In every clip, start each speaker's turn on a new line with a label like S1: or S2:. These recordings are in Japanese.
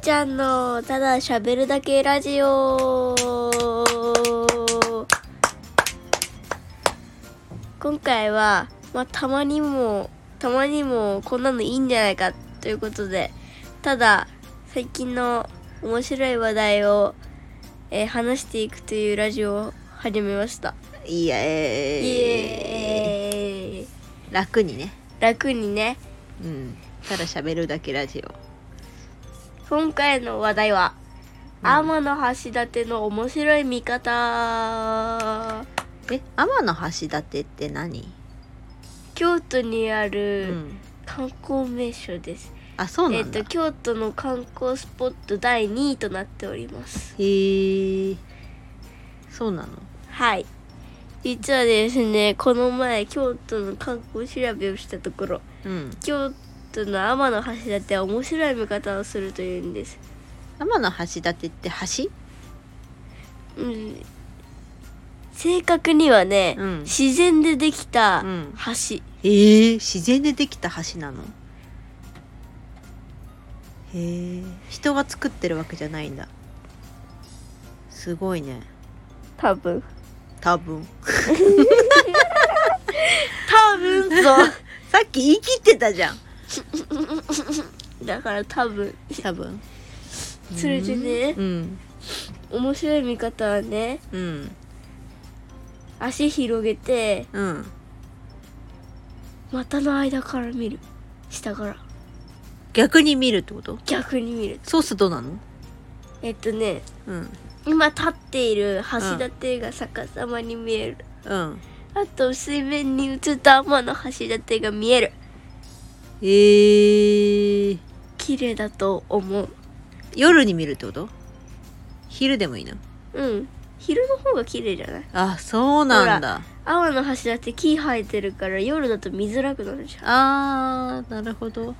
S1: ちゃんのただ喋るだけラジオ今回は、まあ、たまにもたまにもこんなのいいんじゃないかということでただ最近の面白い話題を、えー話していくというラジオを始めました
S2: イエー
S1: イ
S2: イ
S1: エーイ
S2: 楽にね
S1: 楽にね
S2: うんただ喋るだけラジオ
S1: 今回の話題は、
S2: うん
S1: 天橋立の面白い見方
S2: え天の橋立って何
S1: 京都にあ
S2: う
S1: る観光名所です、
S2: あそう
S1: え
S2: な
S1: っ
S2: んだ、
S1: と京都の観光スポット第2位となっております
S2: へえそうなの
S1: はい実はですねこの前京都の観光調べをしたところ
S2: うん
S1: 京都の天橋立は面白い見方をするというんです
S2: 天の橋立って橋
S1: うん正確にはね、
S2: うん
S1: 自然でできた
S2: うん
S1: 橋、
S2: ええ自然でできた橋なのへえ人が作ってるわけじゃないんだすごいね
S1: 多分
S2: 多分
S1: 多分ぞ
S2: さっき言い切ってたじゃん
S1: だから多分
S2: 多分
S1: それでね
S2: うん
S1: 面白い見方はね
S2: うん
S1: 足広げて
S2: うん
S1: 股の間から見る下から
S2: 逆に見るってこと
S1: 逆に見る
S2: ソースどうなの
S1: えっとね
S2: うん
S1: 今立っている橋立が逆さまに見える、
S2: うん
S1: あと水面に映った天の橋立が見える
S2: えー、
S1: 綺麗だと思う
S2: 夜に見るってこと昼でもいいの
S1: うん昼の方が綺麗じゃない
S2: あそうなんだ
S1: 天の橋立木生えてるから夜だと見づらくなるじゃん
S2: あーなるほど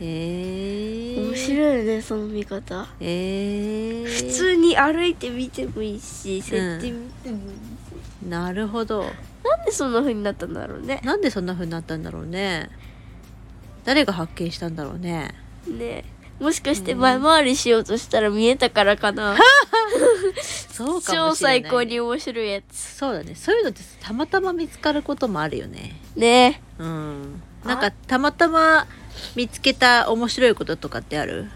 S2: へえー、
S1: 面白いよねその見方
S2: えー、
S1: 普通に歩いて見てもいいし設定見てもいい、
S2: なるほど
S1: なんでそんな風になったんだろうね
S2: なんでそんな風になったんだろうね誰が発見したんだろうね
S1: ねえもしかして前回りしようとしたら見えたからかな、
S2: そうか
S1: 超
S2: もしれな
S1: 最
S2: い
S1: 高に面白いやつ
S2: そうだねそういうのってたまたま見つかることもあるよね
S1: ね
S2: うんなんかたまたま見つけた面白いこととかってある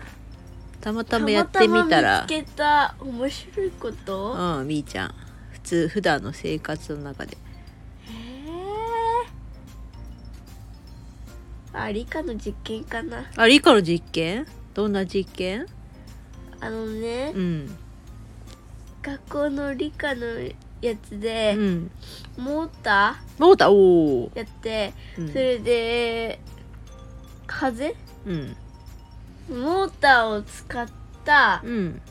S2: たま
S1: え
S2: たまやってみたら
S1: ま見つけた面白いこと、え
S2: うんみーちゃん普通普段の生活の中で
S1: ーあ理科の実験かな
S2: あ理科の実験どんな実験
S1: あのね、
S2: うん
S1: 学校の理科のやつ
S2: う
S1: で、
S2: ん
S1: モータ
S2: どうだおお
S1: ーやって、
S2: うん
S1: それで風
S2: うん
S1: モーターを使った
S2: うん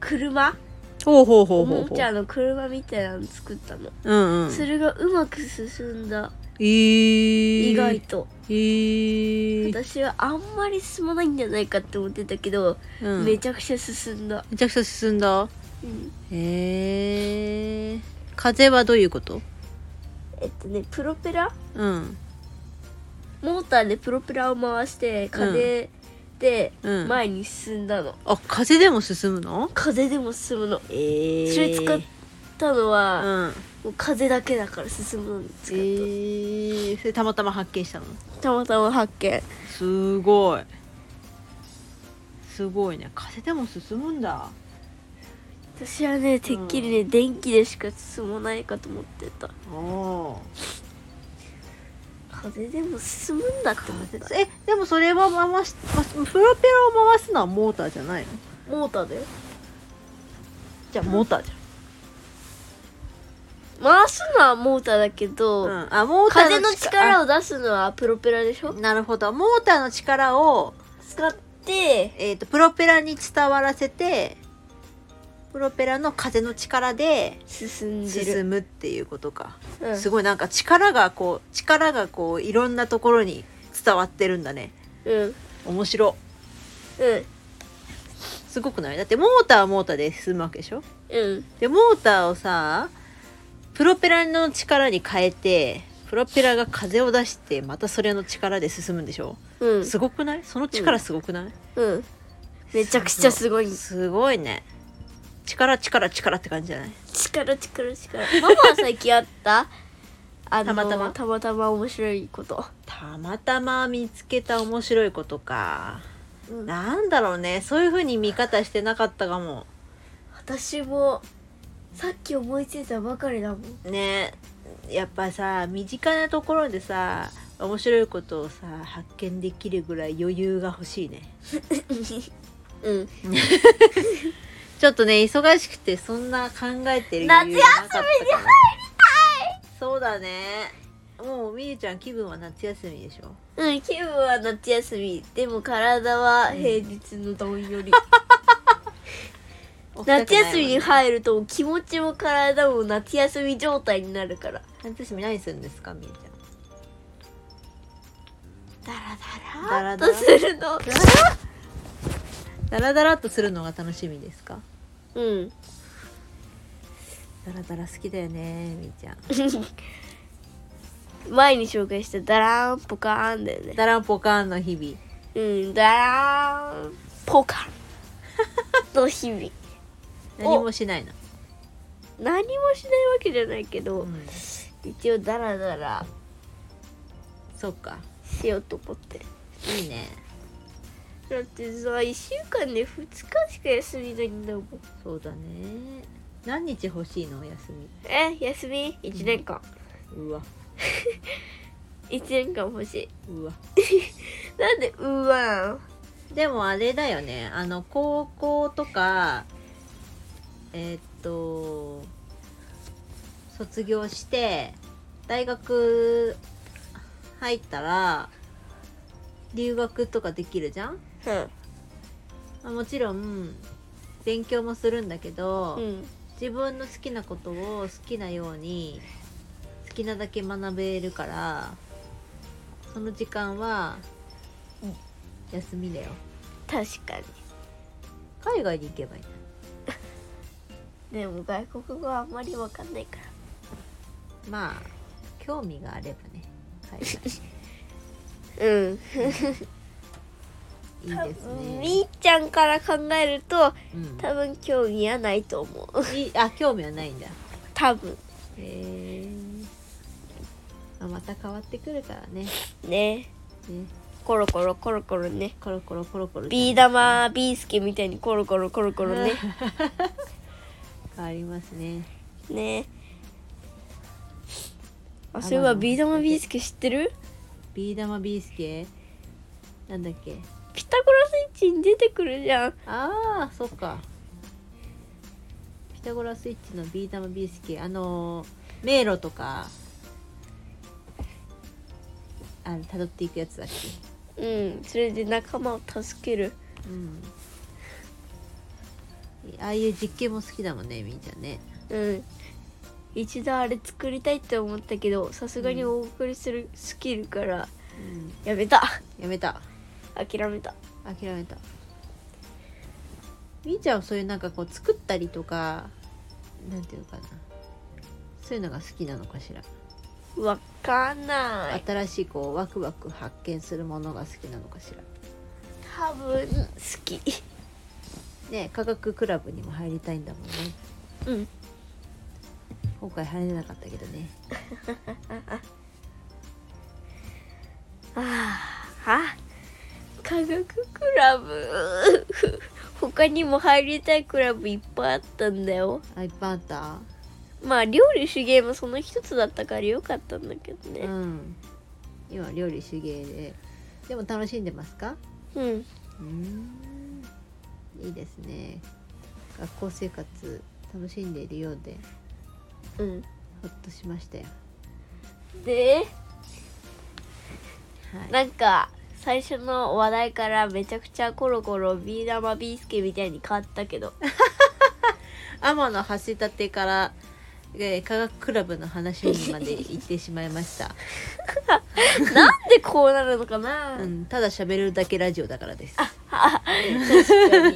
S1: 車
S2: ほうほうほ
S1: お
S2: うほう
S1: も
S2: ほう
S1: ちゃの車みたいなの作ったの、
S2: うんうん
S1: それがうまく進んだ、
S2: えー、
S1: 意外と
S2: えー
S1: 私はあんまり進まないんじゃないかって思ってたけど、
S2: うん、
S1: め
S2: めち
S1: ちゃくちゃ進んだ、
S2: ゃくちゃ進んだ
S1: うん
S2: へえー、風はどういうこと
S1: えっとねプロペラ
S2: うん
S1: モーターでプロペラを回して風で
S2: うん
S1: 前に進んだの、
S2: あ風でも進むの
S1: 風でも進むの
S2: えー
S1: それ使ったの
S2: た
S1: は、
S2: うん
S1: もう風だけだから進むのに使った、
S2: えー、それたまたま発見したの
S1: たまたま発見
S2: すごいすごいね風でも進むんだ
S1: 私はねてっきりね、電気でしか進まないかと思ってた
S2: おお
S1: 風でも進むんだって思ってた
S2: えでもそれは回しまプロペラを回すのはモーターじゃないの
S1: モーターだよ
S2: じゃあモーターじ
S1: 回すのはモーターだけど、
S2: ゃん、うん、あモーター
S1: 風の力を出すのはプロペラでしょ
S2: あなるほどモーターの力を、
S1: 使って
S2: えー、とプロペラに伝わらせてプロペラの風の力で
S1: 進んでる
S2: 進むっていうことか
S1: うん
S2: すごいなんか力がこう力がこういろんなところに伝わってるんだね
S1: うん
S2: 面白
S1: うん
S2: すごくないだってモーターはモーターで進むわけでしょ
S1: うん
S2: でモーターをさプロペラの力に変えてププロペラが風を出してまたそれの力で進むんでしょ
S1: うん
S2: すごくないその力すごくない、
S1: うんめちゃくちゃすごい
S2: すごいね力力力って感じじゃない
S1: 力力力ママは最近あった あの
S2: たまたま
S1: たまたま面白いこと、
S2: たまたま見つけた面白いことか
S1: うん
S2: なんだろうねそういう風に見方してなかったかも
S1: 私もさっき思いついたばかりだもん
S2: ねやっぱさ身近なところでさ面白いことをさ発見できるぐらい余裕が欲しいね
S1: うん
S2: ちょっとね忙しくてそんな考えてる
S1: 夏休みに入り
S2: たいそうだねもうみゆちゃん気分は夏休みでしょ
S1: うん気分は夏休みでも体は平日のどんよ り、夏休みに
S2: は
S1: 入ると気持ちも体も夏休み状態になるから
S2: 夏休み何するんですかみゆち
S1: ダラダラ
S2: ダラダ
S1: と
S2: ラ
S1: する の
S2: ゃんダラダラっとするのが楽しみですか
S1: うん
S2: ダラダラ好きだよねみゆちゃん
S1: 前に紹介したダラーンポカーンだよね
S2: ダランポカーンの日々
S1: うんダラーンポカーンの日 々
S2: 何もしないの
S1: 何もしないわけじゃないけど、
S2: うん
S1: 一応ダラダラ
S2: そっか
S1: しようと思って
S2: いいね
S1: だってさ1週間で2日しか休みないんだもん
S2: そうだね何日欲しいのお休み
S1: え休み1年間
S2: うわ
S1: 1年間欲しいう
S2: わ
S1: なんでうわなの
S2: でもあれだよねあの高校とかえーっと卒業して大学入ったら留学とかできるじゃんあもちろん勉強もするんだけど、
S1: うん
S2: 自分の好きなことを好きなように好きなだけ学べるからその時間は
S1: うん
S2: 休みだよ
S1: 確か
S2: 海外に行けばいいな
S1: にでも外国語はあんまりわかんないから
S2: まあ興味があればね海
S1: うん
S2: 外いいですね、
S1: みーちゃんから考えると
S2: うん、
S1: 多分興味はないと思う
S2: いあ興味はないんだへ
S1: 多分
S2: え、まあ、また変わってくるからねね
S1: ねコロコロコロコロね
S2: コロコロコロコロ
S1: ビー玉ビーすけみたいにコロコロコロコ
S2: コ
S1: ロね
S2: 変わりますね
S1: ねあそういえばビー玉ビーすけ知ってる
S2: ビー玉ビースケなんだっけ
S1: ピタゴラスイッチに出てくるじゃん
S2: ああそっかピタゴラスイッチのビー玉ビースケあのー迷路とかあの辿っていくやつだっけ
S1: うんそれで仲間を助ける
S2: うんああいう実験も好きだもんねみーちゃんね
S1: うん一度あれ作りたいって思ったけどさすがにお送りするスキルから
S2: うん
S1: やめた
S2: やめた
S1: 諦めた
S2: 諦めたみーちゃんはそういうなんかこう作ったりとかなんていうのかなそういうのが好きなのかしら
S1: わかんない
S2: 新しいこうワクワク発見するものが好きなのかしら
S1: 多分好き
S2: ね科学クラブにも入りたいんだもんね
S1: うん
S2: 今回入れなかったけどね
S1: ああ科学クラブ 他にも入りたいクラブいっぱいあったんだよ
S2: あいっぱいあった
S1: まあ料理手芸もその一つだったからよかったんだけど
S2: う
S1: ね
S2: ん今料理手芸ででも楽しんでますか
S1: うん
S2: うーんいいですね学校生活楽しんでいるようで
S1: うん
S2: ほっとしましたよ
S1: で
S2: はい
S1: なんか最初の話題からめちゃくちゃコロコロビー玉ビーすけみたいに変わったけ ど
S2: 天の橋立から、えー科学クラブの話にまで行ってしまいま した、
S1: なんでこうなるのかな、
S2: うん、ただ喋るだけラジオだからです
S1: 確か に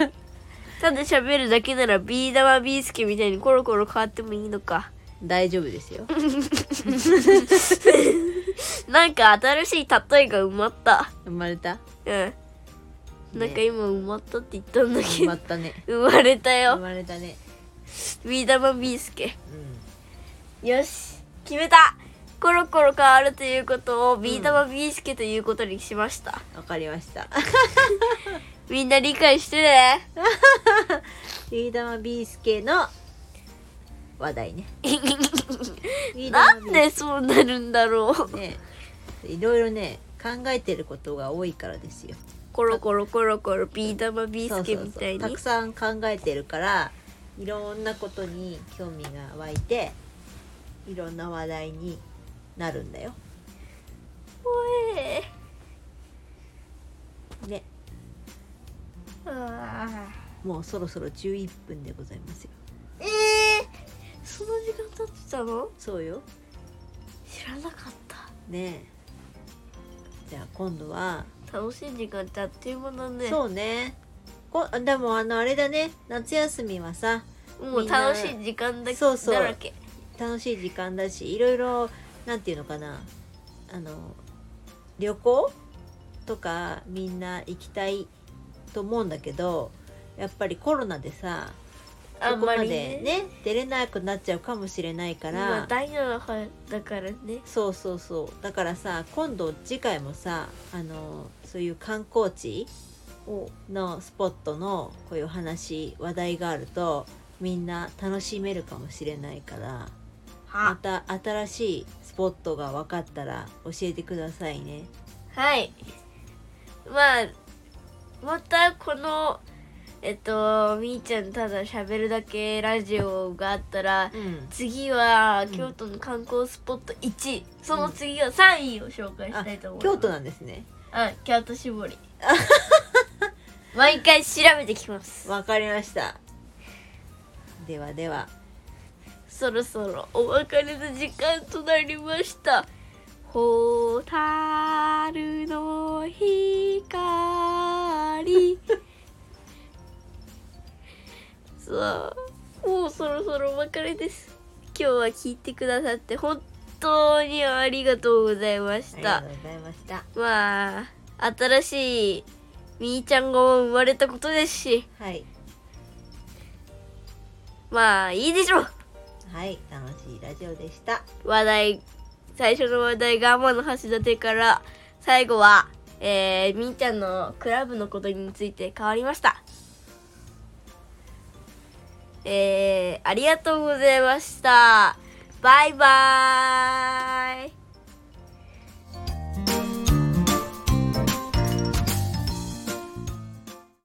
S1: ただ喋るだけならビー玉ビーすけみたいにコロコロ変わってもいいのか
S2: 大丈夫ですよ
S1: なんか新しい例えが埋まった
S2: 生まれた
S1: うん
S2: ね
S1: なんか今埋まったって言ったんだけ
S2: 生
S1: ど
S2: まったね
S1: 生まれた
S2: 生
S1: よ
S2: まれたね
S1: ビー玉ビーすけ
S2: うん
S1: よし決めたコロコロ変わるということをビー玉ビーすけということにしました、
S2: わかりました。
S1: みんな理解してね
S2: ビー玉ビースケの話題ね。ビー
S1: な
S2: 玉ビ
S1: ん
S2: ー
S1: でそうなるんだろう
S2: ね、いろいろね、考えてることが多いからですよ。
S1: コロコロコロコロビー玉ビーすけみたい
S2: た
S1: に
S2: くさん考えてるから、いろんなことに興味が湧いて、いろんな話題になるんだよ。
S1: おえ
S2: ね、
S1: あー
S2: もうそろそろ11分でございますよ。
S1: えー、その時間経ってたの
S2: そうよ。
S1: 知らなかった
S2: ね。じゃあ今度は
S1: 楽しい時間ってあっという間だね
S2: そうねこでもあのあれだね夏休みはさ
S1: もう楽しい時間だ
S2: そうそう
S1: だらけ
S2: 楽しい時間だしいろいろなんていうのかなあの旅行とかみんな行きたいと思うんだけどやっぱりコロナでさ
S1: あ
S2: そ
S1: ん
S2: こ
S1: ま
S2: ま
S1: り
S2: で
S1: ね
S2: ね出れなくなっちゃうかもしれないから、
S1: 今第7波だからね
S2: そうそうそうだからさ今度次回もさあのそういう観光地のスポットのこういうお話話題があるとみんな楽しめるかもしれないからま
S1: は
S2: た新しいスポットが分かったら教えてくださいね
S1: はいまあまたこのえっとみーちゃんただ喋るだけラジオがあったら
S2: うん
S1: 次は
S2: ん
S1: 京都の観光スポット1位、その次は3位を紹介したいと思います
S2: 京都なんですね
S1: うん京都絞り毎回調べてきます
S2: わかりましたではでは
S1: そろそろお別れの時間となりましたホタルの光 さあもうそろそろお別れです今日は聞いてくださって本当にありがとうございまし
S2: あり
S1: た
S2: がとうございました
S1: まあ新しいみーちゃんが生まれたことですし
S2: はい
S1: まあいいでしょう
S2: はい楽しいラジオでした
S1: 話題最初の話題が天の橋立から最後は、えー、みーちゃんのクラブのことについて変わりましたえー、ありがとうございましたバイバーイ